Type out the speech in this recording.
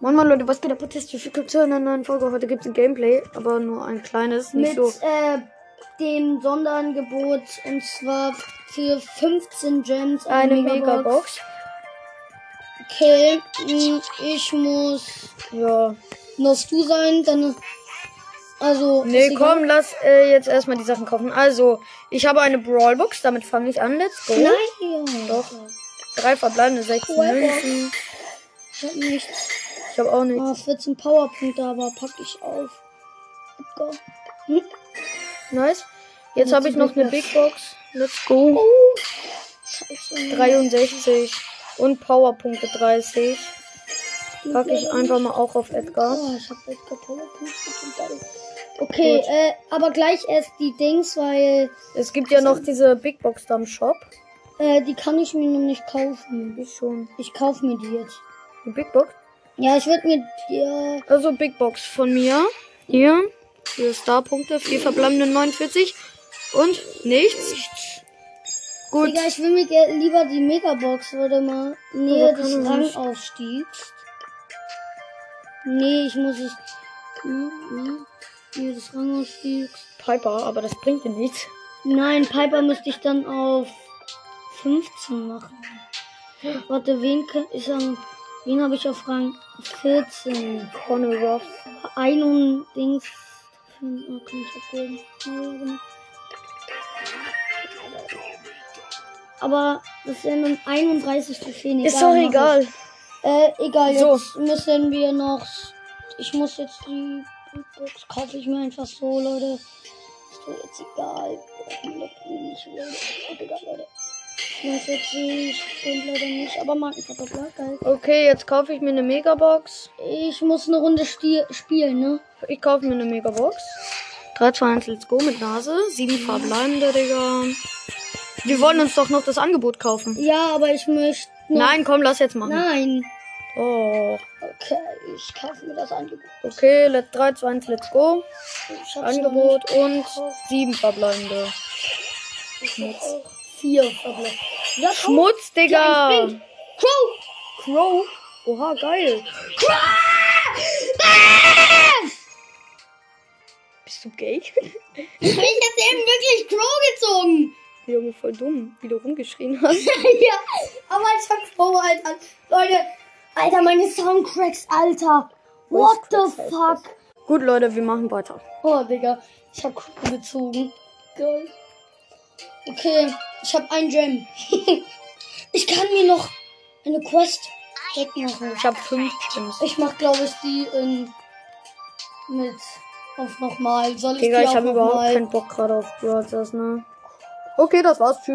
Moin Moin Leute, was geht ab? Protest? Willkommen zu einer neuen Folge. Heute gibt es ein Gameplay, aber nur ein kleines, nicht mit so. äh, dem Sonderangebot und zwar für 15 Gems Eine Megabox. Okay, mm, ich muss. Ja. Musst du sein, dann. Also. ist Nee, egal. komm, lass äh, jetzt erstmal die Sachen kaufen. Also, ich habe eine Brawlbox, damit fange ich an. Let's go. Nein! Doch. Drei verbleibende, sechs Brawlbox. Münzen. Ich hab nichts. Ich habe auch nichts. Ah, 14 Powerpunkte, aber pack ich auf. Let's go. Hm? Nice. Jetzt habe ich noch eine Big Box. Let's go. Oh! Scheiße. 63 und Powerpunkte 30. Pack ich einfach mal auch auf Edgar. Oh, ich hab echt kein Powerpunkt. ich bin geil. Okay, äh, aber gleich erst die Dings, weil Es gibt ja noch diese Big Box da im Shop. äh, die kann ich mir noch nicht kaufen. Wie schon. Ich kauf mir die jetzt. Die Big Box. Ja, ich würde mir die, äh, Also Big Box von mir. Hier. Hier Starpunkte. Vier verbleibende 49. Und nichts. Gut. Digga, ich will mir ge- lieber die Megabox, würde mal näher kann des man nicht. Rangaufstiegs. Nee, ich muss ich. Hm, hm, Nähe des Rangaufstiegs. Piper, aber das bringt dir nichts. Nein, Piper müsste ich dann auf 15 machen. Warte, wen kann ich sagen? Wen habe ich auf Rang 14? Corner Ruff. Ein und Dings. Oh, kann ich abgeben. Ja, genau. Aber das sind dann 31 Trophäen. Ist doch mach egal. ich. Äh, egal, So. jetzt müssen wir noch. Ich muss jetzt die Big Box kaufe ich mir einfach so, Leute. Ist doch jetzt egal. Leckt mich nicht, Leute. Egal, Leute. 49 stimmt leider nicht, aber Markenverdoppler, geil. Okay, jetzt kaufe ich mir eine Megabox. Ich muss eine Runde stie- spielen, ne? Ich kaufe mir eine Megabox. 3, 2, 1, let's go mit Nase. Sieben verbleibende, Digga. Wir wollen uns doch noch das Angebot kaufen. Ja, aber ich möchte. noch- Nein, komm, lass jetzt machen. Nein. Oh. Okay, ich kaufe mir das Angebot. Okay, let- 3, 2, 1, let's go. Ich hab's noch Angebot und sieben verbleibende. nicht. Ich hab auch Vier Verbleib. Ja, komm. Schmutz, Digga. Springt. Crow! Crow. Oha, geil. Bist du gay? Ich hab eben wirklich Crow gezogen. Junge, voll dumm, wie du rumgeschrien hast. ja, aber ich hab Crow, Alter. Leute, Alter, meine Soundcracks, Alter. What the Voice-Cracks heißt fuck? Gut, Leute, wir machen weiter. Oh, Digga. Ich hab Crow gezogen. Geil. Okay, ich hab ein Gem. ich kann mir noch eine Quest wegmachen. Ich habe fünf Gems. Ich mach, glaube ich, die in. mit. auf nochmal. Soll ich Digga, die ich auf habe überhaupt nochmal? keinen Bock gerade auf Brothers, ne? Okay, das war's. Tschüss.